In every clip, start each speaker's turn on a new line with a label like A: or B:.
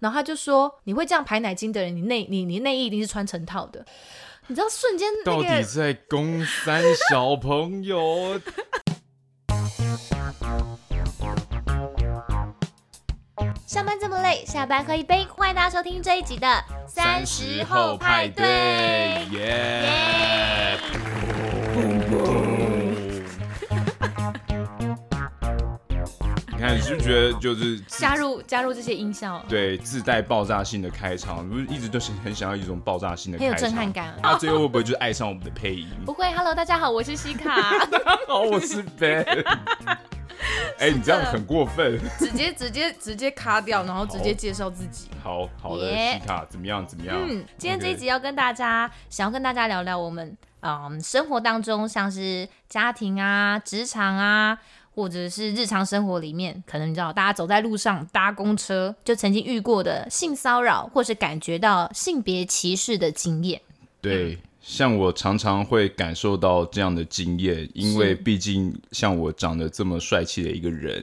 A: 然后他就说：“你会这样排奶精的人，你内你你内衣一定是穿成套的。”你知道瞬间那
B: 到底
A: 个
B: 在攻三小朋友？
C: 上班这么累，下班喝一杯。欢迎大家收听这一集的
B: 三十后派对，耶！ 你看，是不是觉得就是自
A: 加入加入这些音效，啊
B: 对自带爆炸性的开场，不是一直都是很想要一种爆炸性的
A: 很
B: 开
A: 有
B: 场，
A: 震撼感啊
B: 那最后会不会就是爱上我们的 配音？
A: 不会，Hello，大家好，我是西卡，
B: 哦，我是 Ben。哎、你这样很过分。
A: 直接直接直接卡掉，然后直接介绍自己。
B: 好好的，
A: 耶
B: 西卡怎么样？怎么样？
A: 嗯，
C: 今天这一集要跟大家，想要跟大家聊聊我们，嗯，生活当中像是家庭啊、职场啊，或者是日常生活里面，可能你知道，大家走在路上搭公车，就曾经遇过的性骚扰，或是感觉到性别歧视的经验。
B: 对，像我常常会感受到这样的经验，因为毕竟像我长得这么帅气的一个人，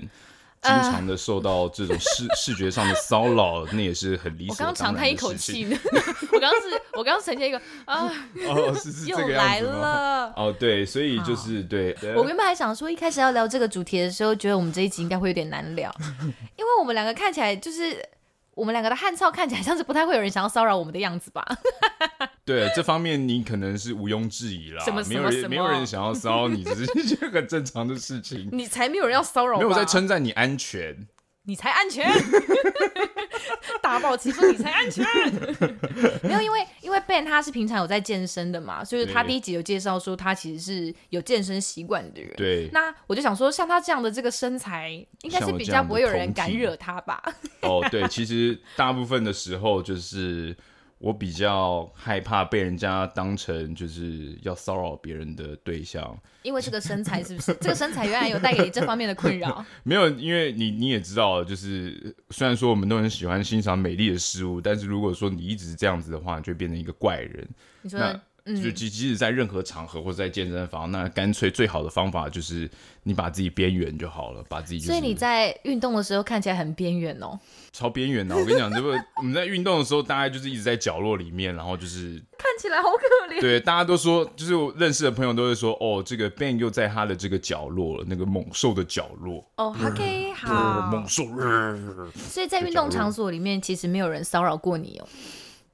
B: 经
A: 呃
B: 常的受到这种视 视觉上的骚扰，那也是很理
A: 我
B: 所
A: 刚刚长
B: 当
A: 叹
B: 然
A: 一
B: 的
A: 口
B: 事
A: 气
B: 情。
A: 呢，我刚刚是，我刚刚呈 现一个啊，
B: 哦，是是这
A: 又
B: 个样
A: 来
B: 子吗？
A: 了。
B: 哦，对，所以就是对，对
A: 我原本还想说，一开始要聊这个主题的时候，觉得我们这一集应该会有点难 聊，因为我们两个看起来就是我们两个的汗臭，看起来像是不太会有人想要骚扰我们的样子吧？
B: 对这方面你可能是毋庸置疑啦
A: 什么，
B: 没有
A: 什么什么
B: 人没有人想要骚扰你，只是一件很正常的事情。
A: 你才没有人要骚扰吧，
B: 没有我在称赞你安全，
A: 你才安全， 打爆其实你才安全。 没有，因为因为 Ben 他是平常有在健身的嘛，所以他
B: 对
A: 第一集有介绍说他其实是有健身习惯的人。
B: 对
A: 那我就想说，像他这样的这个身材，应该是比较不会有人敢惹他吧？
B: 哦，对，其实大部分的时候就是我比较害怕被人家当成就是要骚扰别人的对象，
A: 因为这个身材是不是？这个身材原来有带给你这方面的困 扰，
B: 没有，因为你你也知道，就是虽然说我们都很喜欢欣赏美丽的事物，但是如果说你一直这样子的话，你就会变成一个怪人。
A: 你说
B: 那
A: 嗯
B: 就即即使在任何场合或者在健身房，那干脆最好的方法就是你把自己边缘就好了，把自己就是
A: 所以你在运动的时候看起来很边缘哦。
B: 超边缘的。我跟你讲，这个我们在运动的时候，大概就是一直在角落里面，然后就是
A: 看起来好可怜。
B: 对，大家都说，就是我认识的朋友都会说，哦，这个 Ben 又在他的这个角落了，那个猛兽的角落，
A: 哦、o k
B: 呃
A: 好
B: 猛。兽，呃
A: 所以在运动场所里面，其实没有人骚扰过你哦。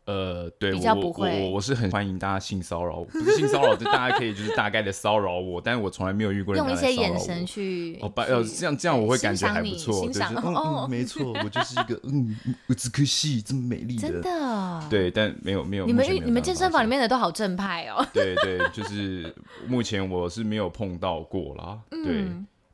B: 呃，对，
A: 比较
B: 我
A: 不会
B: 我我我是很欢迎大家性骚扰，不是性骚扰，就大家可以就是大概的骚扰我，但是我从来没有遇过人
A: 用
B: 家
A: 一
B: 来
A: 些
B: 骚扰
A: 眼
B: 我
A: 神。去
B: 哦，拜，呃，
A: 去
B: 这样这样我会感觉
A: 欣赏
B: 还不
A: 你
B: 错，
A: 欣
B: 就是
A: 赏
B: 嗯
A: 哦
B: 嗯，没错，我就是一个嗯，我只可惜这么美丽
A: 真的。
B: 对，但没有没有，
A: 你
B: 目
A: 们
B: 前没有
A: 你们
B: 这
A: 健
B: 样
A: 身
B: 发
A: 房
B: 现
A: 里面的都好正派哦，
B: 对对，就是目前我是没有碰到过啦，对，
A: 因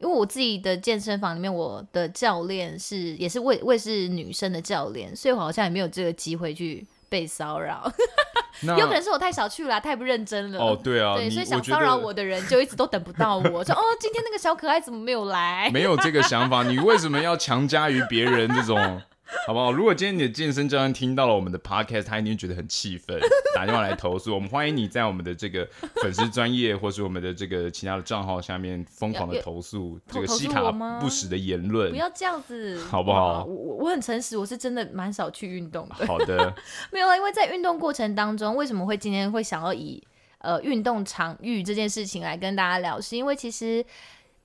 A: 为我自己的健身房里面，我的教练是也是我我也是女生的教练，所以我好像也没有这个机会去被骚扰，
B: 那
A: 有可能是我太少去了，太不认真了。
B: 哦，对啊，
A: 对，
B: 你
A: 所以想
B: 觉得
A: 骚扰我 的人就一直都等不到我，说哦，今天那个小可爱怎么没有来？
B: 没有这个想法，你为什么要强加于别人这种？好不好？如果今天你的健身教练听到了我们的 podcast，他一定觉得很气愤，打电话来投诉。我们欢迎你在我们的这个粉丝专业，或是我们的这个其他的账号下面疯狂的投诉这个
A: 投投
B: 西
A: 诉
B: 卡
A: 我吗
B: 不实的言论
A: 不。要这样子，
B: 好不好
A: 我我我很诚实，我是真的蛮少去运动的。
B: 好 的，
A: 没有啊，因为在运动过程当中，为什么会今天会想要以呃运动场域这件事情来跟大家聊，是因为其实。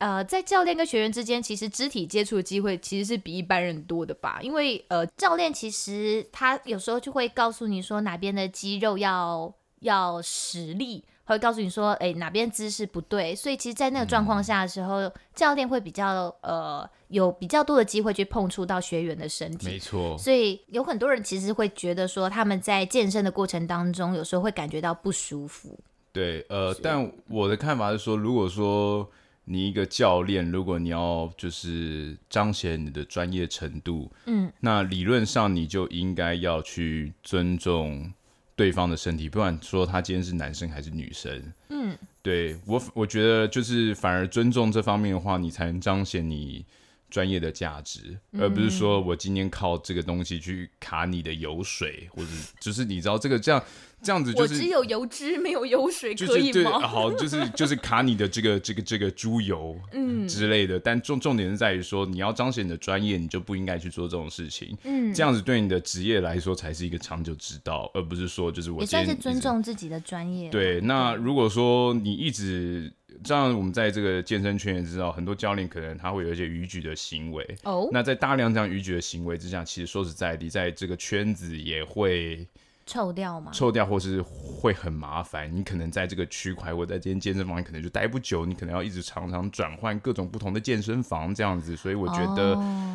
A: 呃，在教练跟学员之间，其实肢体接触的机会其实是比一般人多的吧？因为呃，教练其实他有时候就会告诉你说哪边的肌肉要要使力，会告诉你说，诶哪边姿势不对。所以其实，在那个状况下的时候，教练会比较呃有比较多的机会去碰触到学员的身体。
B: 没错，
A: 所以有很多人其实会觉得说，他们在健身的过程当中，有时候会感觉到不舒服。
B: 对，呃，但我的看法是说，如果说你一个教练，如果你要就是彰显你的专业程度，
A: 嗯，
B: 那理论上你就应该要去尊重对方的身体，不管说他今天是男生还是女生，
A: 嗯，
B: 对我我觉得就是反而尊重这方面的话，你才能彰显你专业的价值，
A: 嗯
B: 而不是说我今天靠这个东西去卡你的油水，或者就是你知道这个这样这样子就
D: 我
B: 是
D: 只有油脂没有油水，
B: 就
D: 可
B: 是
D: 以
B: 对，啊
D: 吗？
B: 好，就是就是卡你的这个这个这个猪油，嗯之类的。但重重点是在于说，你要彰显你的专业，你就不应该去做这种事情。嗯，这样子对你的职业来说才是一个长久之道，而不是说就是我
A: 也
B: 今天
A: 算是尊
B: 一直
A: 重自己的专业。，
B: 对，那如果说你一直这样，我们在这个健身圈也知道，很多教练可能他会有一些逾矩的行为。
D: 哦，
B: 那在大量这样逾矩的行为之下，其实说实在的，在这个圈子也会
A: 臭掉嘛。
B: 臭掉，或是会很麻烦。你可能在这个区块或在这间健身房，你可能就待不久，你可能要一直常常转换各种不同的健身房这样子。所以我觉得
A: 哦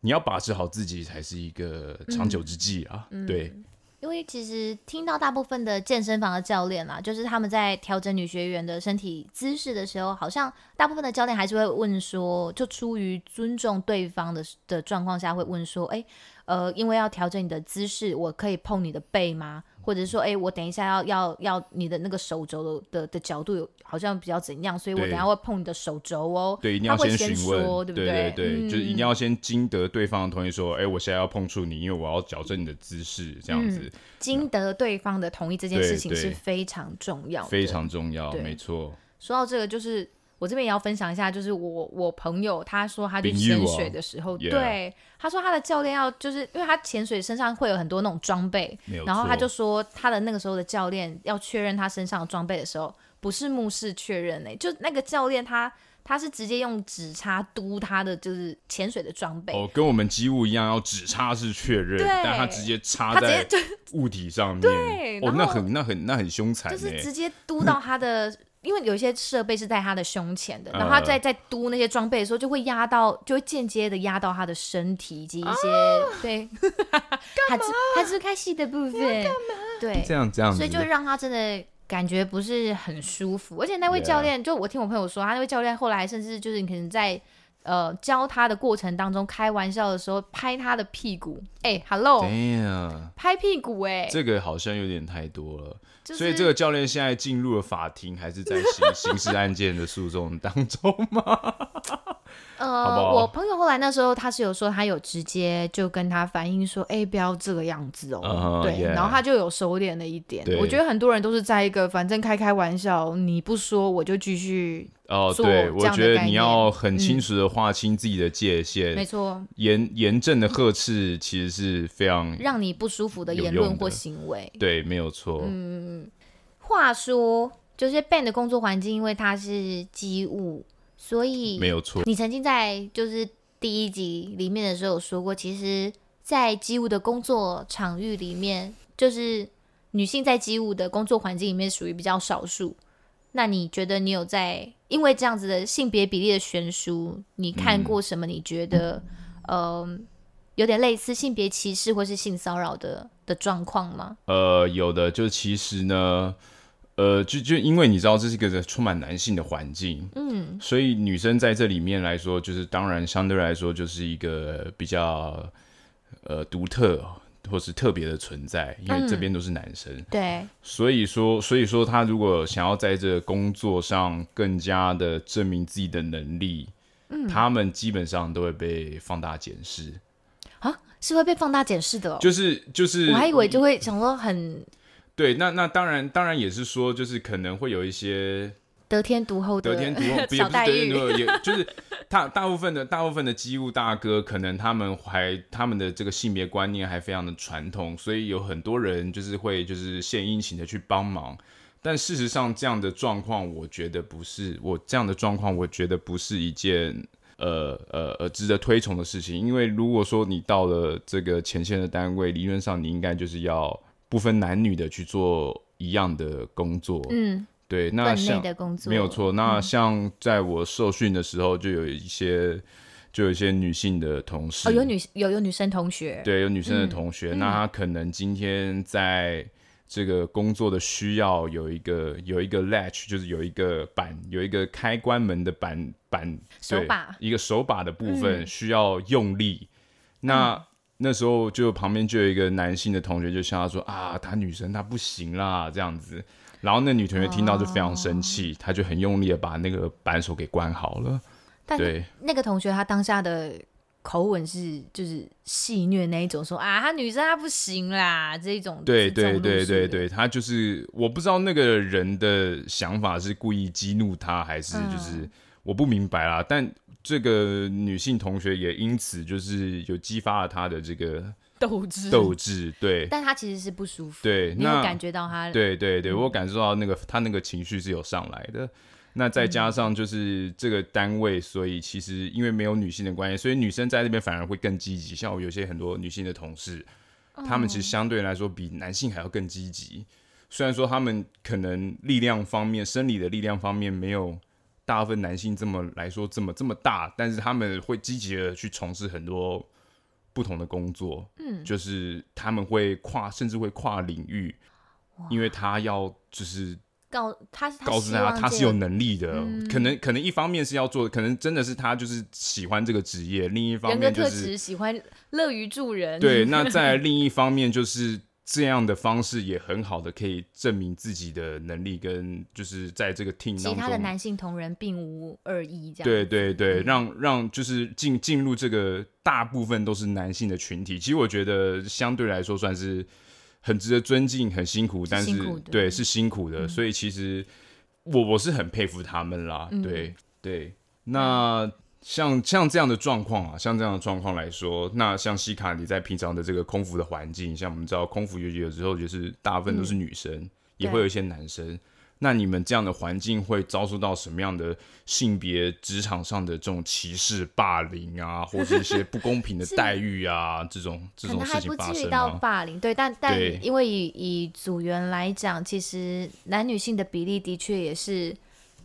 B: 你要把持好自己才是一个长久之计啊。
D: 嗯
B: 对，
A: 因为其实听到大部分的健身房的教练啦，就是他们在调整女学员的身体姿势的时候，好像大部分的教练还是会问说，就出于尊重对方的的状况下，会问说，哎，呃，因为要调整你的姿势，我可以碰你的背吗？或者说，哎，我等一下要要要你的那个手肘的的的角度有好像比较怎样，所以我
B: 对
A: 等一下会碰你的手肘哦。
B: 对，一定
A: 他
B: 要
A: 会
B: 询
A: 说
B: 问，
A: 对不对
B: 对
A: 嗯
B: 对
D: 嗯
B: 就是一定要先经得对方的同意，说，哎、我现在要碰触你，因为我要矫正你的姿势，这样
D: 嗯
B: 子、
D: 经得对方的同意这件
B: 对
D: 事情
B: 对
D: 是非常重要的，
B: 非常重要，
D: 对
B: 没错。
D: 说到这个，就是我这边也要分享一下，就是我我朋友他说他去
B: 丙友
D: 潜
B: 啊
D: 水的时候，
B: Yeah
D: 对他说他的教练要就是因为他潜水身上会有很多那种装备
B: 没有，
D: 然后他
B: 错
D: 就说他的那个时候的教练要确认他身上的装备的时候，不是目视确认诶、就那个教练他。他是直接用纸叉嘟他的就是潜水的装备，
B: 哦，跟我们机务一样，要只插是确认，
D: 哎对
B: 但他直接插
D: 他直接
B: 在物体上面，
D: 对
B: 哦，
D: 然
B: 那
D: 后
B: 很那很那很凶残欸
D: 就
B: 呢、
D: 是直接嘟到他的，因为有一些设备是在他的胸前的，
B: 呃
D: 然后他在在嘟那些装备的时候，就会压到，就会间接的压到他的身体以及一些、
B: 哦
D: 对，
A: 还是还是开戏的部分，对，
B: 这样这样子，
A: 所以就让他真的感觉不是很舒服。而且那位
B: Yeah
A: 教练就我听我朋友说，他那位教练后来甚至就是你可能在呃教他的过程当中开玩笑的时候拍他的屁股，哎、h e l l o
B: 哎呀，
A: 拍屁股哎、
B: 这个好像有点太多了，
A: 就是
B: 所以这个教练现在进入了法庭，还是在 刑刑事案件的诉讼当中 吗？
A: 呃，
B: 好不好
A: 我朋友后来那时候他是有说，他有直接就跟他反映说，哎、不要这个样子哦
B: 嗯哼
A: 对
B: yeah
A: 然后他就有收敛了一点
B: 对。
A: 我觉得很多人都是在一个反正开开玩笑，你不说我就继续，
B: 哦，
A: 做
B: 对，
A: 这
B: 我
A: 样的
B: 觉得
A: 概
B: 你
A: 念嗯
B: 要很清楚的划清自己的界限，
A: 没错，
B: 严严正的呵斥其实是非常
A: 让你不舒服的
B: 有
A: 言
B: 用
A: 论或
B: 的
A: 行为。
B: 对，没有错。
A: 嗯话说，就是 Ben 的工作环境，因为他是机务，所以
B: 没有错，
A: 你曾经在就是第一集里面的时候有说过，其实，在机务的工作场域里面，就是女性在机务的工作环境里面属于比较少数。那你觉得你有在因为这样子的性别比例的悬殊，你
B: 嗯
A: 看过什么？你觉得，呃，有点类似性别歧视或是性骚扰的的状况吗？
B: 呃，有的就其实呢，呃，就就因为你知道这是一个充满男性的环境，嗯，所以女生在这里面来说，就是当然相对来说就是一个比较呃独特或是特别的存在，因
A: 嗯
B: 为这边都是男生，
A: 对，
B: 所以说，所以说他如果想要在这个工作上更加的证明自己的能力，嗯，他们基本上都会被放大检视，
A: 是会被放大检视的、哦。
B: 就是就是，
A: 我还以为就会想说很
B: 对，那那当然当然也是说，就是可能会有一些
A: 得天独厚的
B: 得天独 厚，
A: 小
B: 也不是
A: 待
B: 得天
A: 遇
B: 独，厚，也 就是大大部分的大部分的机务大哥，可能他们还他们的这个性别观念还非常的传统，所以有很多人就是会就是献殷勤的去帮忙。但事实上，这样的状况，我觉得不是我这样的状况，我觉得不是一件呃呃呃值得推崇的事情。因为如果说你到了这个前线的单位，理论上你应该就是要不分男女的去做一样的工作。
A: 嗯，
B: 对，那
A: 分内
B: 像
A: 的工作
B: 没有。错。
A: 嗯
B: 那像在我受训的时候，就有一些就有一些女性的同事，
A: 哦，有女有有女生嗯同学，
B: 对有女生的同学，那她可能今天在这个工作的需要有一个有一个 latch，就是有一个板，有一个开关门的板板
A: 手
B: 对
A: 把嗯
B: 一个手把的部分需要用力。那那时候就旁边就有一个男性的同学就笑他说啊，他女生她不行啦这样子。
A: 哦
B: 然后那女同学听到就非常生气，她就很用力的把那个扳手给关好了。
A: 但
B: 对，
A: 那个同学他当下的口吻是就是戏虐那一种，说啊，他女生她不行啦，这一种
B: 对
A: 这种
B: 对
A: 路
B: 对
A: 数
B: 对
A: 的
B: 对，他就是我不知道那个人的想法是故意激怒他，还是
A: 嗯
B: 就是、我不明白啦。但这个女性同学也因此就是有激发了他的这个
A: 斗志，
B: 斗志，对
A: 嗯但他其实是不舒服，
B: 对，
A: 你有
B: 那
A: 感觉到他
B: 对对对，我感受到那个他那个情绪是有上来的。那再加上就是这个单位，所以其实因为没有女性的关系，所以女生在那边反而会更积极。像我有些很多女性的同事，她们其实相对来说比男性还要更积极。虽然说她们可能力量方面、生理的力量方面没有大部分男性这么来说这么这么大，但是他们会积极的去从事很多不同的工作，嗯，就是他们会跨，甚至会跨领域，
A: 哦
B: 因为他要就是
A: 告他是
B: 告诉
A: 希
B: 他
A: 望嗯
B: 他
A: 这
B: 是有
A: 个
B: 能力的，可能可能一方面是要做，可能真的是他就是喜欢这个职业，另一方
A: 人格
B: 面就
A: 特
B: 是
A: 质，喜欢乐于助人，
B: 对，那在另一方面就是这样的方式也很好的可以证明自己的能力跟就是在这个 team
A: 其
B: 当
A: 他的
B: 中
A: 男性同仁并无二意，这样嗯
B: 对对对，让让就是进进入这个大部分都是男性的群体，其实我觉得相对来说算是很值得尊敬，很辛苦，但
A: 辛
B: 是
A: 苦的嗯
B: 对是辛苦的，所以其实我我是很佩服他们啦，
A: 嗯
B: 对对，那。像像这样的状况啊，像这样的状况来说，那像西卡，你在平常的这个空服的环境，像我们知道空服有有时候就是大部分都
A: 嗯
B: 是女生，也会有一些男生。那你们这样的环境会遭受到什么样的性别职场上的这种歧视、霸 凌啊，或是一些不公平的待遇啊，这种这
A: 可
B: 种
A: 能
B: 事
A: 还
B: 情
A: 不
B: 发
A: 至于
B: 生啊
A: 到
B: 吗？
A: 霸凌，对，但但
B: 对
A: 因为以以组员来讲，其实男女性的比例的确也是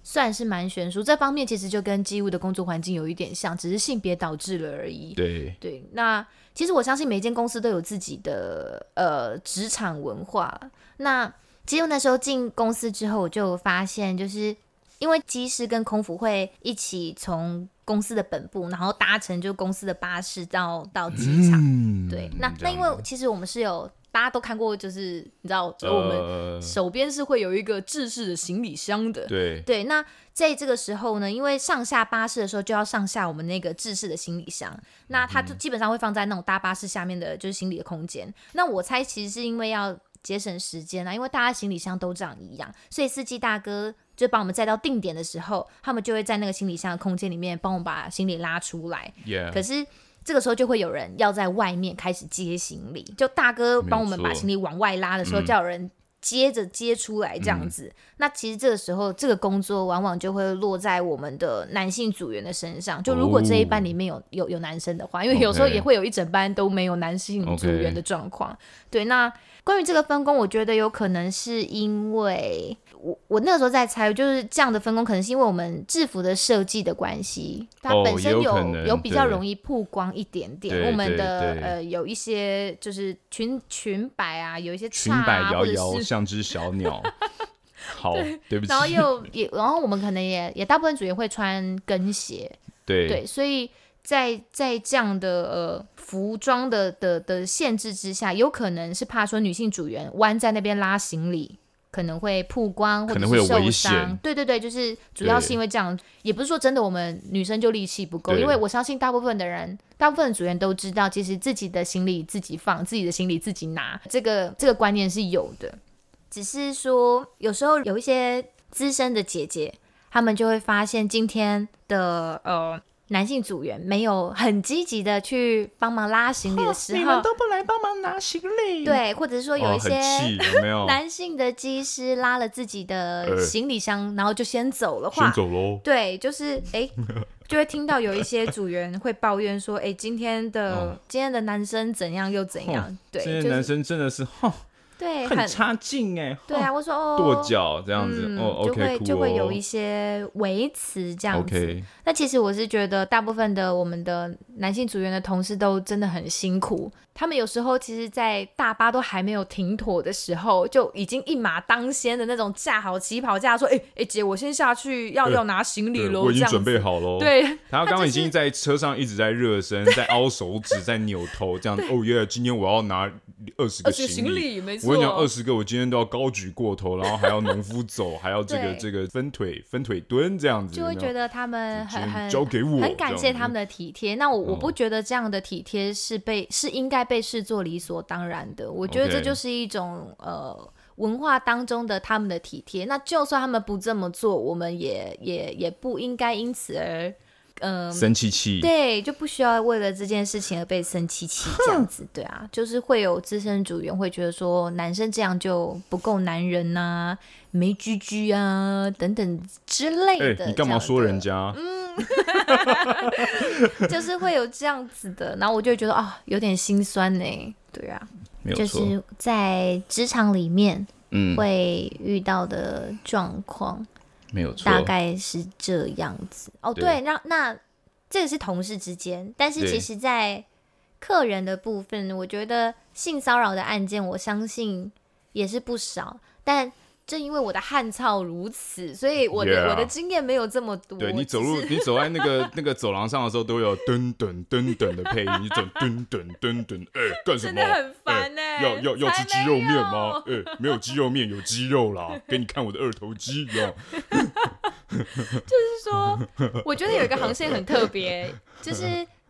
A: 算是蛮悬殊。这方面其实就跟机务的工作环境有一点像，只是性别导致了而已。
B: 对
A: 对，那其实我相信每间公司都有自己的呃职场文化。那其实我那时候进公司之后，我就发现，就是因为机师跟空服会一起从公司的本部，然后搭乘就公司的巴士到到机场。
B: 嗯
A: 对，那
B: 这
A: 那
B: 样
A: 因为其实我们是有大家都看过，就是你知道，就是我们
B: 呃，
A: 手边是会有一个制式的行李箱的。
B: 对
A: 对，那在这个时候呢，因为上下巴士的时候就要上下我们那个制式的行李箱，那它
B: 嗯
A: 就基本上会放在那种大巴士下面的，就是行李的空间。那我猜其实是因为要节省时间啊，因为大家行李箱都长一样，所以司机大哥就把我们载到定点的时候，他们就会在那个行李箱的空间里面帮我们把行李拉出来。可
B: ，Yeah，
A: 是这个时候就会有人要在外面开始接行李，就大哥帮我们
B: 没错
A: 把行李往外拉的时候，
B: 嗯
A: 叫人接着接出来这样子。那其实这个时候，这个工作往往就会落在我们的男性组员的身上。就如果这一班里面有、有有男生的话，因为
B: 哦 OK
A: 有时候也会有一整班都没有男性组员的状况。对，那关于这个分工，我觉得有可能是因为。我我那个时候在猜，就是这样的分工，可能是因为我们制服的设计的关系，它
B: 哦
A: 本身有、
B: 也有可能
A: 比较
B: 对
A: 容易曝光一点点。
B: 对
A: 我们的
B: 对对
A: 呃有一些就是裙裙摆啊，有一些
B: 裙
A: 叉啊
B: 摆摇
A: 或者
B: 摇，
A: 是
B: 像只小 鸟。好，对不起
A: 然，后又也，然后我们可能也也大部分组员会穿跟鞋，
B: 对
A: 对，所以在在这样的呃服装的的的限制之下，有可能是怕说女性组员弯在那边拉行李。可能会曝光，或者
B: 可能会有
A: 是受
B: 危
A: 伤
B: 险。
A: 对对对，就是主要是因为这样，也不是说真的我们女生就力气不够，
B: 对
A: 因为我相信大部分的人，大部分的组员都知道，其实自己的行李自己放，自己的行李自己拿，这个这个观念是有的。只是说有时候有一些资深的姐姐，她们就会发现今天的呃男性组员没有很积极的去帮忙拉行
B: 哦
A: 李的时候，
B: 不来帮忙拿行李，
A: 对，或者是说有
B: 哦，
A: 一
B: 很
A: 些、
B: 气，有没有？
A: 男性的机师拉了自己的
B: 呃
A: 行李箱，然后就先走了话，
B: 先走喽。
A: 对，就是哎， 诶就会听到有一些组员会抱怨说，哎，今天的、
B: 哦
A: 今天的男生怎样又怎样，
B: 哦
A: 对，
B: 这
A: 就
B: 些男
A: 是
B: 生真的是，哼，
A: 对
B: 很
A: 很
B: 差劲哎，
A: 对
B: 哼
A: 啊，我说哦，
B: 跺脚这样子，
A: 嗯
B: 哦
A: 就
B: ，OK，
A: 会
B: 酷
A: 就会
B: 哦
A: 有一些维持这样子。
B: OK，
A: 那其实我是觉得，大部分的我们的男性组员的同事都真的很辛苦。他们有时候其实，在大巴都还没有停妥的时候，就已经一马当先的那种架好起跑架，说：“哎、哎、姐，我先下去要、
B: 对
A: 要拿行李
B: 对
A: 喽。”
B: 我
A: 这
B: 已经
A: 样
B: 准备
A: 子。
B: 好喽。，
A: 对，
B: 他刚
A: 就
B: 刚已
A: 是
B: 经在车上一直在热 身，在凹手指，在扭头，这样子。哦耶，今天我要拿二十
A: 而
B: 个
A: 且行
B: 李，
A: 李没错，
B: 我我跟你讲，二十个我今天都要高举过头，然后还要农夫走，还要这个
D: 对
B: 这个分腿分腿蹲这样子，
D: 就会觉
B: 得
D: 得他们很很
B: 嗯交给我，
D: 很感谢他们
B: 的。
D: 的体贴。那我我不
B: 哦
D: 觉得这样的体贴是被是应该被视作理所当然的。我觉得这
B: OK
D: 就是一种呃文化当中的他们的体贴。那就算他们不这么做，我们也也也不应该因此而嗯、
B: 生气气，
D: 对，就不需要为了这件事情而被生气气这样子，对啊，就是会有资深组员会觉得说，男生这样就不够男人呐、没居居啊等等之类
B: 哎、
D: 的。嗯
B: 你干嘛说人？家？
D: 就是会有这样子的，然后我就会觉得啊、有点心酸呢。对啊，
B: 没有
D: 就
B: 错，
D: 是在职场里面
B: 嗯，
D: 会遇到的状况，
B: 没有错，
D: 大概是这样子。哦，
B: 对
D: 对，那那这个是同事之间，但是
B: 对
D: 其实，在客人的部分，我觉得性骚扰的案件，我相信也是不少，但。正因为我的汗臭如此，所以我的
B: Yeah
D: 我的经验没有这么多。
B: 对你
D: 只
B: 走路，
D: 是
B: 你走在那个那个走廊上的时候，都会有噔噔噔噔的配音，你走噔噔噔噔，哎、干什
D: 真
B: 么？
D: 的很
B: 哎
D: 烦哎、
B: 要要要
D: 才
B: 吃鸡
D: 没
B: 肉面
D: 有
B: 吗？哎、没有鸡肉面，有鸡肉啦，给你看我的二头肌 哟。
D: 就是说，我觉得有一个航线很特别，就是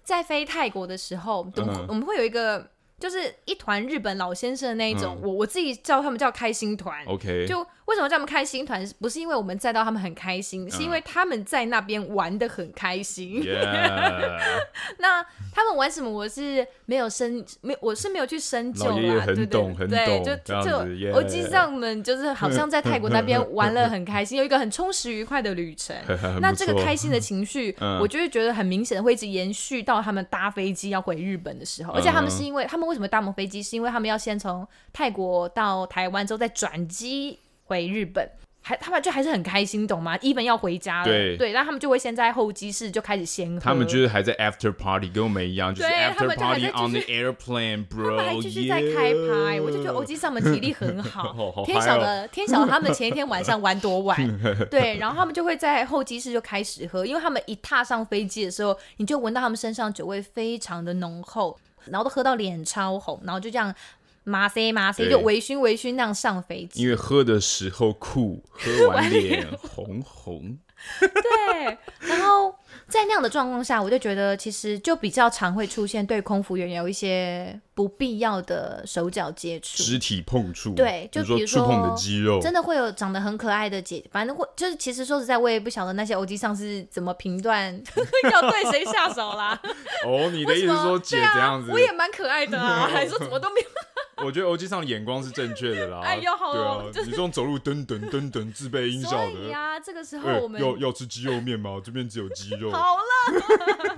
D: 在飞泰国的时候，我们
B: 嗯
D: 我们会有一个就是一团日本老先生的那一种，
B: 嗯哦
D: 我我自己叫他们叫开心团。
B: OK，
D: 就为什么叫他们开心团？不是因为我们载到他们很开心，是因
B: 嗯
D: 为他们在那边玩的很开心。
B: Yeah，
D: 那他们玩什么？我是没有深，没有我是没有去深究
B: 老爷爷
D: 啦。
B: 很
D: 对对
B: 懂很
D: 对，
B: 懂
D: 就
B: 这样
D: 就
B: 子耶
D: 我记得我们就是好像在泰国那边玩了很开心，有一个很充实愉快的旅程。
B: 很
D: 那
B: 不
D: 这个
B: 错
D: 开心的情绪，
B: 嗯
D: 我就会觉得很明显的会一直延续到他们搭飞机要回日本的时候，而且
B: 嗯
D: 他们是因为他们为什么搭我们飞机，是因为他们要先从泰国到台湾之后再转机回日本。还他们就还是很开心，懂吗？even 要回家了，
B: 对
D: 对，那他们就会先在候机室就开始先喝，
B: 他们就是还在 after party，跟我们一样，就是
D: 呃对他
B: after
D: 们就还
B: party
D: 在继续
B: on the airplane,
D: 他们还
B: bro。
D: 继续在开
B: 哦
D: 拍，我就觉得 欧吉上们体力很
B: 好好
D: 好，
B: 嗨
D: 天晓
B: 哦
D: 得天晓得他们前一天晚上玩多 晚，对，然后他们就会在候机室就开始喝，因为他们一踏上飞机的时候，你就闻到他们身上酒味非常的浓厚，然后都喝到脸超红，然后就这样麻塞麻塞，
B: 对
D: 就微醺微醺那样上飞机
B: 因。为喝的时候酷，喝完脸红红。
D: 对，然后在那样的状况下，我就觉得其实就比较常会出现对空服员有一些不必要的手脚接触，
B: 肢体碰触，
D: 对
B: 比
D: 就
B: 如说
D: 比如
B: 触碰你的
D: 说
B: 肌肉，
D: 真的会有长得很可爱的姐，反正会就是其实说实在，我也不晓得那些欧吉上是怎么评断 要对谁下手啦。
B: 哦，你的意
D: 为
B: 思
D: 什
B: 是
D: 么
B: 说姐
D: 对啊
B: 这样子？
D: 我也蛮可爱的啊，还说怎么都没有。
B: 我觉得欧基上的眼光是正确的啦。
D: 哎呦好
B: 对啊，
D: 就是
B: 你这种走路噔噔噔噔自备音
D: 所
B: 效
D: 以
B: 的，
D: 啊，这个时候
B: 哎
D: 我们
B: 要要吃鸡肉面吗？这边只有鸡肉。
D: 好了，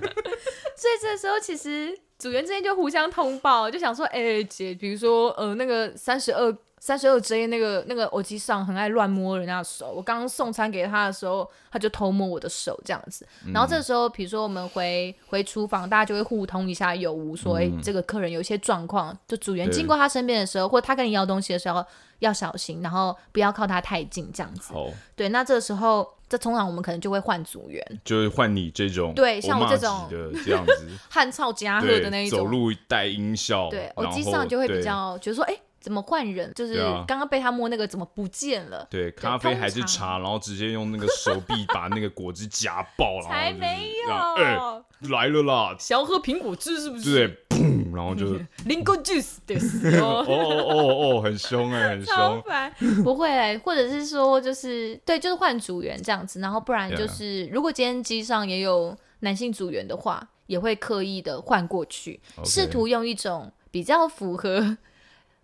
D: 所以这时候其实组员之间就互相通报，就想说，哎、姐，比如说呃那个三十二。三十二 J 那个那个耳机上很爱乱摸人家的手，我刚刚送餐给他的时候，他就偷摸我的手这样子。然后这时候，比如说我们回回厨房，大家就会互通一下有无，说哎、这个客人有一些状况，就组员
B: 对
D: 经过他身边的时候，或他跟你要东西的时候要小心，然后不要靠他太近这样子。
B: 好，
D: 对，那这时候这通常我们可能就会换组员，
B: 就是换你这种
D: 对像我这种
B: 欧骂级的这样 子，
D: 汗臭加喝的那
B: 对，
D: 一
B: 走
D: 种，
B: 路带音效，
D: 对，
B: 然
D: 耳
B: 后
D: 机上就会比
B: 对
D: 较觉得说，哎、怎么换人？就是
B: 对啊
D: 刚刚被他摸那个怎么不见了？
B: 对咖啡还是
D: 通
B: 茶，
D: 常
B: 然后直接用那个手臂把那个果汁夹爆，然后
D: 才
B: 哦就是
D: 没有，
B: 然后哎、来了啦，
D: 想要喝苹果汁是不是？
B: 对，砰，然后 就
D: ，Lingo juice 对 是
B: 哦
D: 哦。
B: 哦哦哦，很凶哎、很
D: 超
B: 凶。
D: 烦，不会、或者是说就是对，就是换组员这样子，然后不然
B: Yeah
D: 就是如果今天机上也有男性组员的话，也会刻意的换过去，
B: OK
D: 试图用一种比较符合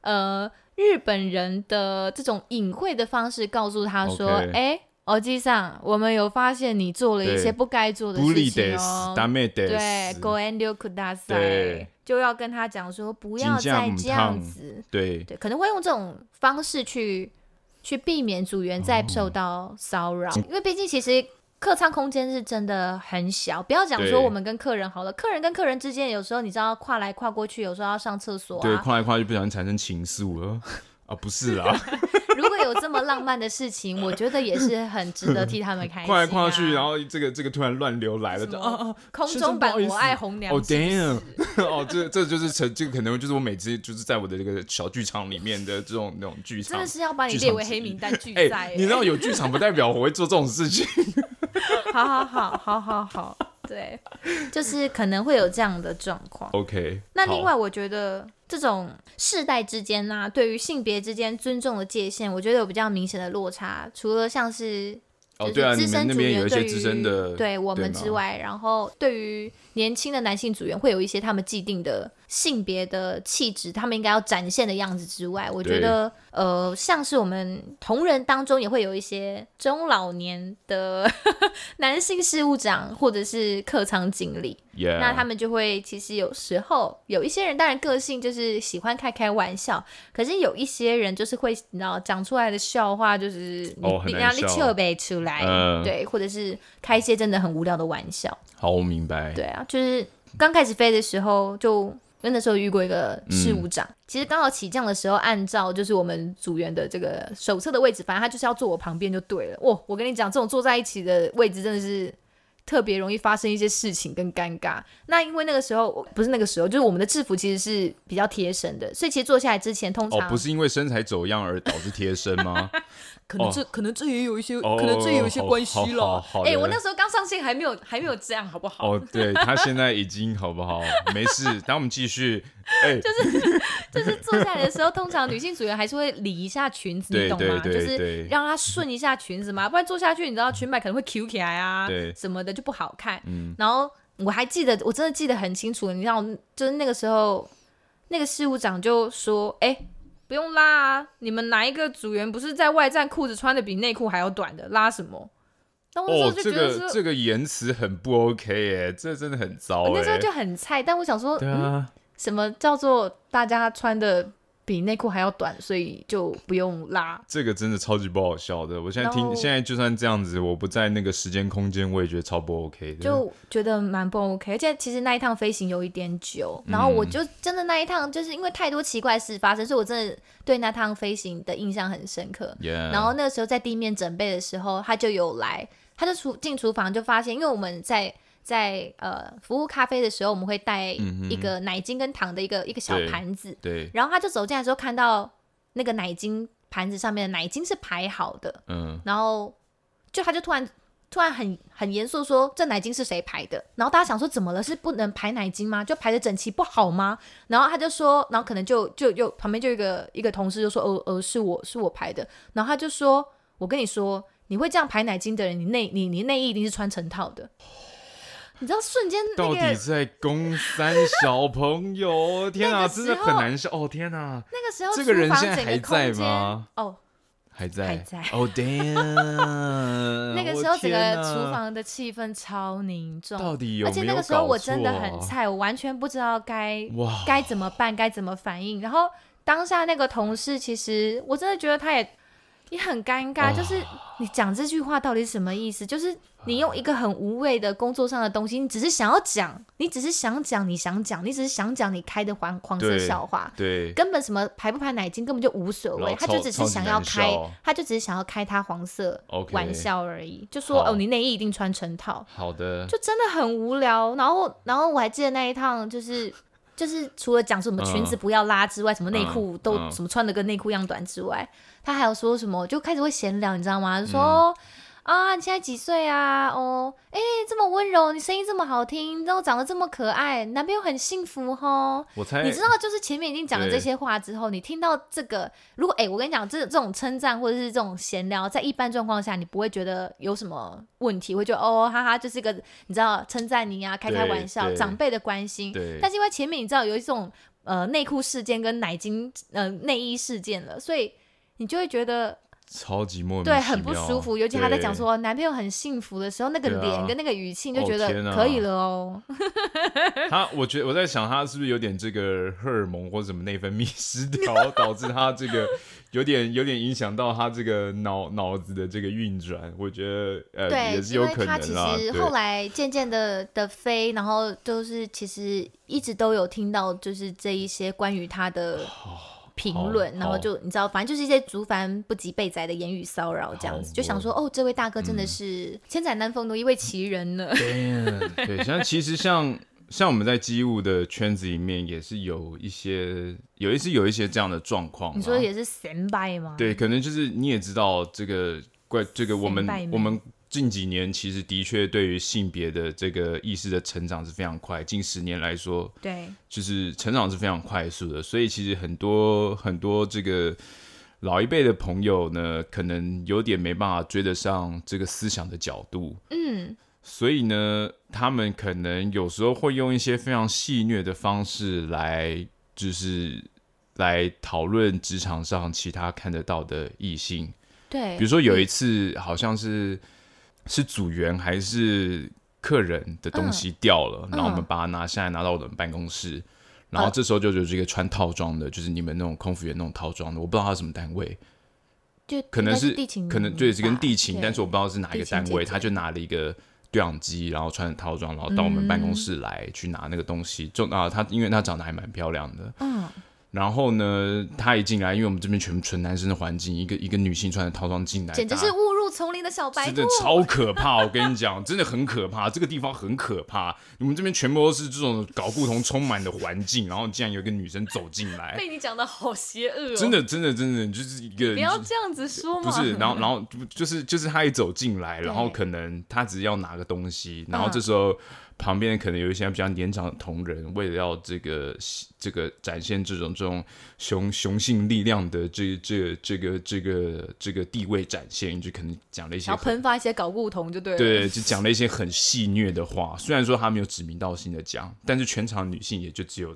D: 呃日本人的这种隐晦的方式告诉他说，
B: OK
D: 哎、耳机上我们有发现你做了一些
B: 对
D: 不该做的
B: 不利
D: 事
B: 得
D: 情
B: 死，
D: 哦。
B: ダメ得
D: 对
B: 死，
D: ，go and do k u d a s
B: 对
D: 就要跟他讲说不要
B: 真正
D: 再
B: 唔
D: 这样
B: 通
D: 子，
B: 对
D: 对，可能会用这种方式去去避免组员
B: 哦
D: 再受到骚扰，
B: 嗯
D: 因为毕竟其实客舱空间是真的很小，不要讲
B: 对
D: 说我们跟客人好了，客人跟客人之间有时候你知道跨来跨过去，有时候要上厕所
B: 对，
D: 啊，
B: 跨来跨去不小心产生情愫了啊，不是啦，
D: 如果有有这么浪漫的事情，我觉得也是很值得替他们开心、啊。
B: 跨来跨去，然后这个这个突然乱流来了，
D: 什
B: 就
D: 么
B: 啊啊，
D: 空
B: 先生
D: 中
B: 不
D: 版
B: 好意
D: 我
B: 思
D: 爱红娘
B: 哦、
D: 是不
B: d a
D: 是
B: m n 哦，这这就是成，这个可能就是我每次就是在我的这个小剧场里面的这种那种剧
D: 真
B: 场
D: 的。是要把你
B: 剧
D: 列
B: 场
D: 为
B: 之
D: 黑
B: 一
D: 名单拒
B: 哎、
D: 载、欸
B: 你知道有剧场不代表我会做这种事 情。
D: 好好好好好好，对，就是可能会有这样的状况。
B: OK，
D: 那另外，
B: 好
D: 我觉得这种世代之间呐、对于性别之间尊重的界限，我觉得有比较明显的落差。除了像是
B: 哦，
D: 就
B: 对啊，
D: 是
B: 你们
D: 资深
B: 那
D: 组
B: 边
D: 员
B: 有一
D: 对
B: 些
D: 于
B: 资深的，
D: 对我们
B: 吗
D: 之，外，然后对于年轻的男性组员会有一些他们既定的性别的气质，他们应该要展现的样子之外，我觉
B: 对
D: 得呃，像是我们同仁当中也会有一些中老年的 男性事务长或者是客舱经理，
B: Yeah,
D: 那他们就会其实有时候有一些人，当然个性就是喜欢开开玩笑，可是有一些人就是会你知道讲出来的笑话就是你、
B: 哦很
D: 你
B: 难
D: 让你
B: 笑
D: 笑呗出来，
B: 嗯
D: 对，或者是开一些真的很无聊的玩笑，
B: 好，我明白。
D: 对啊，就是刚开始飞的时候就。因为那时候遇过一个事
B: 嗯
D: 务长，其实刚好起降的时候，按照就是我们组员的这个手册的位置，反正他就是要坐我旁边就对了。哇，我跟你讲，这种坐在一起的位置真的是特别容易发生一些事情跟尴尬。那因为那个时候不是那个时候，就是我们的制服其实是比较贴身的，所以其实坐下来之前，通
B: 哦
D: 常、，
B: 不是因为身材走样而导致贴身吗？
D: 可
B: 能这
D: 可能这也有一些
B: 哦，好好好哦好
D: 哎、
B: 的
D: 我那时候刚上线，还没有还没有这样，好不好？
B: 哦，对他现在已经好不 好？没事，当我们继续。哎、
D: 就是坐下来的时候，通常女性组员还是会理一下裙子，
B: 对
D: 你懂吗？
B: 对对
D: 就是
B: 对
D: 让她顺一下裙子嘛，不然坐下去，你知道裙摆可能会 Q 起来啊，
B: 对
D: 什么的就不好看。
B: 嗯
D: 然后我还记得，我真的记得很清楚，你知道，就是那个时候，那个事务长就说：“哎、不用拉啊，你们哪一个组员不是在外站裤子穿的比内裤还要短的，拉什么？”那我那时候
B: 哦，
D: 就
B: 这
D: 觉得说，
B: 个这个言辞很不 OK 哎，这真的很糟
D: 我
B: 哎。
D: 哦那时候就很菜，但我想说，
B: 对
D: 嗯
B: 啊，
D: 什么叫做大家穿的比内裤还要短，所以就不用拉？
B: 这个真的超级不好笑的。我现在
D: 然后
B: 听，现在就算这样子，我不在那个时间空间，我也觉得超不 OK 的。
D: 就觉得蛮不 OK，而且其实那一趟飞行有一点久，
B: 嗯
D: 然后我就真的那一趟就是因为太多奇怪事发生，所以我真的对那趟飞行的印象很深刻。
B: Yeah，
D: 然后那个时候在地面准备的时候，他就有来，他就厨进厨房就发现，因为我们在在呃服务咖啡的时候，我们会带一
B: 嗯
D: 个奶精跟糖的一个一个小
B: 对
D: 盘子，
B: 对，
D: 然后他就走进来的时候，看到那个奶精盘子上面的奶精是排好的，
B: 嗯，
D: 然后就他就突然突然很很严肃地说：“这奶精是谁排的？”然后大家想说：“怎么了？是不能排奶精吗？就排的整齐不好吗？”然后他就说，然后可能就就就旁边就有一个一个同事就说：“哦哦，是我是我排的。”然后他就说：“我跟你说，你会这样排奶精的人，你内你你内衣一定是穿成套的。”你知道瞬间那
B: 到
D: 个
B: 底在攻三小朋友？天
D: 那
B: 啊，
D: 个
B: 真的
D: 时
B: 很
D: 候
B: 难笑哦！天啊，
D: 那个时候
B: 这个人
D: 厨房
B: 现在
D: 整个
B: 还在
D: 空间
B: 吗？
D: 哦，
B: 还在，
D: 还在
B: 哦、damn！
D: 那个
B: 我
D: 时候整
B: 天哪
D: 个厨房的气氛超凝
B: 到
D: 重，
B: 底有
D: 而
B: 没有搞错啊、
D: 且那个时候我真的很菜，我完全不知道该
B: 哇，
D: 该怎么办，该怎么反应。然后当下那个同事，其实我真的觉得他也也很尴尬，
B: 啊
D: 就是你讲这句话到底是什么意思？就是你用一个很无谓的工作上的东西，你只是想要讲，你只是想讲，你想讲，你只是想讲你开的黄黄色
B: 对
D: 笑话，
B: 对，
D: 根本什么排不排奶精根本就无所
B: 然
D: 谓，
B: 后
D: 他
B: 超
D: 就只是想要
B: 超级
D: 开
B: 难笑，
D: 他就只是想要开他黄色
B: OK
D: 玩笑而已，就说
B: 好
D: 哦你内衣一定穿成套，
B: 好的，
D: 就真的很无聊。然后然后我还记得那一趟就是。 就是除了讲什么裙子
B: 嗯
D: 不要拉之外，什么内裤
B: 嗯
D: 都、
B: 嗯
D: 什么穿的跟内裤一样短之外，他还有说什么就开始会闲聊，你知道吗？就说、
B: 嗯
D: 哦啊你现在几岁啊？哦，哎、这么温柔，你声音这么好听，然后长得这么可爱，男朋友很幸福哦吼。
B: 我猜
D: 你知道，就是前面已经讲了这些话之后，你听到这个，如果哎、我跟你讲，这这种称赞或者是这种闲聊，在一般状况下，你不会觉得有什么问题，会觉得哦，哈哈，就是一个你知道称赞你啊，开开玩笑，
B: 对
D: 长辈的关心。
B: 对，
D: 但是因为前面你知道有一种呃内裤事件跟奶精呃内衣事件了，所以你就会觉得
B: 超级莫名
D: 对
B: 其
D: 很不
B: 妙
D: 舒服。尤其他在
B: 对
D: 讲说男朋友很幸福的时候，那个
B: 对啊
D: 脸跟那个语气，你就
B: 哦
D: 觉得
B: 天啊
D: 可以了哦。
B: 他，我觉得我在想他是不是有点这个荷尔蒙或者什么内分泌 失调，导致他这个有点有点影响到他这个脑脑子的这个运转。我觉得呃
D: 对，
B: 也是有
D: 因
B: 可
D: 为他
B: 能
D: 其
B: 啦。
D: 实
B: 对
D: 后来渐渐的的飞，然后就是其实一直都有听到就是这一些关于他的评论，
B: 哦好
D: 然后就你知道，反正就是一些竹凡不及被宰的言语骚扰这样子，
B: 好嗯
D: 就想说哦，这位大哥真的是千载难逢的一位奇人呢。
B: Damn，对， 像其实像像我们在机务的圈子里面，也是有一些有一次有一些这样的状况啦。
A: 你说也是神拜吗？
B: 啊对，可能就是你也知道这个怪这个我们
A: 拜妹
B: 我们近几年其实的确对于性别的这个意识的成长是非常快，近十年来说，
A: 对，
B: 就是成长是非常快速的，所以其实很多很多这个老一辈的朋友呢，可能有点没办法追得上这个思想的角度，
D: 嗯，
B: 所以呢，他们可能有时候会用一些非常戏谑的方式来，就是来讨论职场上其他看得到的异性。
D: 对，
B: 比如说有一次，好像是是组员还是客人的东
D: 嗯
B: 西掉了，然后我们把它拿下来，拿到我们办公室。然
D: 啊
B: 后这时候就有这个穿套装的，就是你们那种空服员那种套装的，我不知道它是什么单位，
D: 就
B: 可能
D: 应该
B: 是
D: 是地勤吧，
B: 可能对是跟地勤，
D: 对
B: 但是我不知道是哪一个单
D: 地勤姐
B: 位，
D: 姐
B: 他就拿了一个对讲机，然后穿着套装，然后到我们办公
D: 嗯
B: 室来、去拿那个东西。就啊，他因为他长得还蛮漂亮的，嗯。然后呢，他一进来，因为我们这边全部纯男生的环境，一个一个女性穿着套装进来，
D: 简直
B: 大
D: 是
B: 家
D: 误入丛林的小白
B: 真
D: 兔
B: 的。超可怕，我跟你讲，真的很可怕，这个地方很可怕。你们这边全部都是这种搞不同充满的环境，然后竟然有一个女生走进来，
D: 被你讲的好邪恶哦！
B: 真，的真的真的就是一个
D: 不要这样子说
B: 不
D: 嘛。
B: 是，然后然后就就是就是他一走进来，然后
D: 对嗯
B: 可能他只是要拿个东西，然后这时候旁边可能有一些比较年长的同仁，为了要这个这个展现这种这种雄雄性力量的这这这个这个这个地位展现，就可能讲了一些
D: 然后
B: 很
D: 喷发一些搞固酮就对了。
B: 对，就讲了一些很戏谑的话。虽然说他没有指名道姓的讲，但是全场女性也就只有。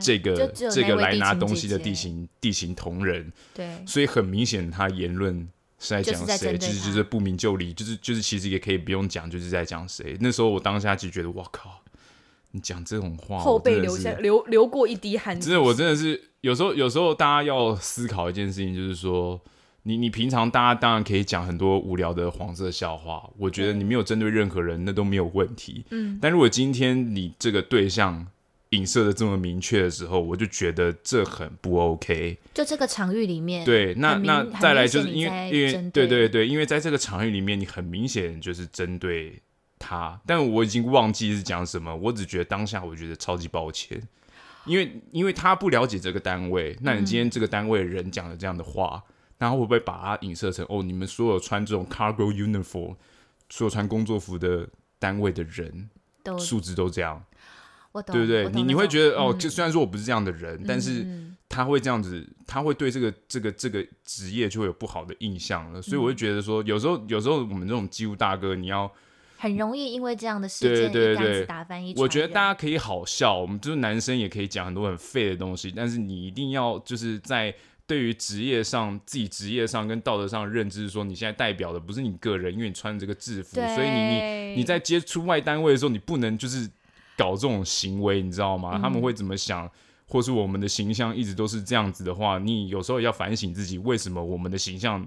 B: 这
D: 就
B: 个
D: 只有
B: 这
D: 那
B: 个
D: 位
B: 来
D: 地
B: 拿
D: 勤
B: 东
D: 姐
B: 西的
D: 姐
B: 地形地形同仁，
D: 对
B: 所以很明显，他言论是在
D: 就
B: 讲
D: 是在
B: 谁，
D: 针对
B: 就是
D: 他
B: 就是不明就里，就是就是其实也可以不用讲，就是在讲谁。那时候我当下就觉得，我靠，你讲这种话，
D: 后
B: 我
D: 背
B: 真的
D: 流下
B: 是
D: 流流过一滴汗，
B: 真的，我真的是有时候，有时候大家要思考一件事情，就是说，你你平常大家当然可以讲很多无聊的黄色笑话，我觉得你没有针对任何人，那都没有问题。嗯，但如果今天你这个对象影射的这么明确的时候，我就觉得这很不 OK。
D: 就这个场域里面，
B: 对，那
D: 很明
B: 那
D: 很
B: 再来
D: 明
B: 就是
D: 显你
B: 因
D: 在
B: 为因为
D: 针
B: 对
D: 对
B: 对对，因为在这个场域里面，你很明显就是针对他，但我已经忘记是讲什么，我只觉得当下我觉得超级抱歉，因为因为他不了解这个单位，那你今
D: 嗯
B: 天这个单位的人讲了这样的话，那他会不会把它影射成哦，你们所有穿这种 cargo uniform，所有穿工作服的单位的人
D: 都
B: 素质都这样，
D: 我懂，
B: 对不对
D: 我？懂
B: 你
D: 那
B: 你会
D: 种
B: 觉得哦，就虽然说我不是这样的人，但是。
D: 嗯
B: 他会这样子，他会对这个这个这个职业就会有不好的印象了，所以我就觉得说，有时候有时候我们这种机务大哥，你要，
D: 很容易因为这样的事
B: 对
D: 件
B: 对
D: 一竿
B: 对
D: 子打翻一船人。
B: 我觉得大家可以好笑，我们就是男生也可以讲很多很废的东西，但是你一定要就是在对于职业上、自己职业上跟道德上的认知，说你现在代表的不是你个人，因为你穿这个制服，
D: 对
B: 所以你你你在接触外单位的时候，你不能就是搞这种行为，你知道吗？他们会怎么想？或是我们的形象一直都是这样子的话，你有时候也要反省自己，为什么我们的形象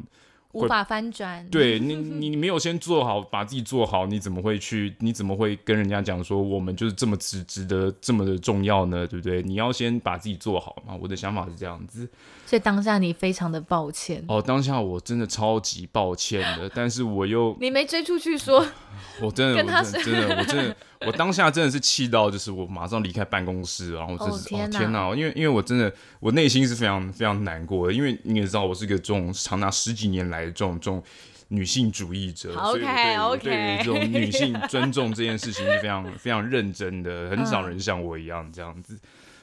D: 无法翻转，，
B: 对你，你你没有先做好，把自己做好，你怎么会去？你怎么会跟人家讲说我们就是这么值值得这么的重要呢？对不对？你要先把自己做好嘛。我的想法是这样子。
D: 所以当下你非常的抱歉，
B: 哦，当下我真的超级抱歉的，但是我又
D: 你没追出去说，
B: 我真的
D: 跟他
B: 我真的真的我真的我当下真的是气到，就是我马上离开办公室，然后真
D: 哦
B: 是
D: 天哪
B: 天哪！因为因为我真的我内心是非常非常难过的，因为你也知道我是一个这种长达十几年来的这种这种女性主义者所以我
D: OK，OK
B: 对于我对于这种女性尊重这件事情是非常非常认真的，很少
D: 嗯
B: 人像我一样这样子，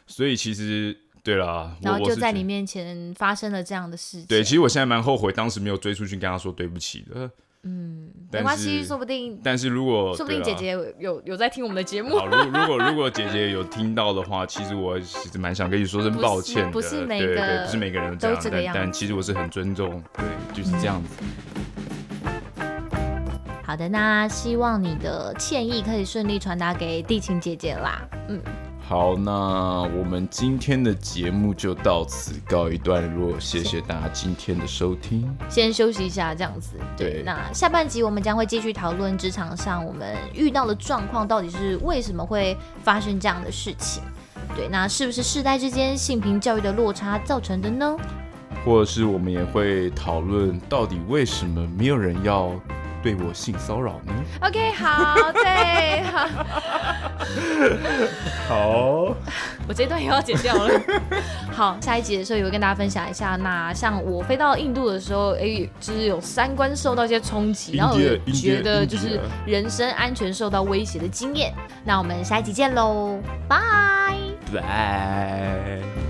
B: 所以其实对啦，我
D: 然后
B: 我
D: 就是在
B: 觉
D: 你面前发生了这样的事情。
B: 对，其实我现在蛮后悔当时没有追出去跟他说对不起的，嗯，
D: 没
B: 但
D: 关系，
B: 是
D: 说不定
B: 但是如果
D: 说不定
B: 对啊
D: 姐
B: 啦
D: 姐有有有在听我们的节目，
B: 好，如如果如果姐姐有听到的话，其实我其实蛮想跟你说声抱歉的，
D: 不是不是每
B: 对对，
D: 个
B: 不是每个人这
D: 都这个
B: 样，但
D: 样嗯
B: 但其实我是很尊重，对，就是这样子。
D: 好的，那希望你的歉意可以顺利传达给地勤姐姐啦。嗯，
B: 好，那我们今天的节目就到此告一段落，谢谢大家今天的收听。
D: 先休息一下，这样子。
B: 对
D: 那下半集我们将会继续讨论职场上我们遇到的状况到底是为什么会发生这样的事情。
A: 对，那是不是世代之间性平教育的落差造成的呢？
B: 或者是我们也会讨论到底为什么没有人要对我性骚扰呢？
A: OK，好，对，好，
B: 好，
A: 我这段也要剪掉了。好，下一集的时候也会跟大家分享一下。那像我飞到印度的时候，哎、就是有三观受到一些冲击，然后我
B: India，
A: 有觉得
B: India，
A: 就是
B: India
A: 人身安全受到威胁的经验。那我们下一集见喽，拜。
B: 拜。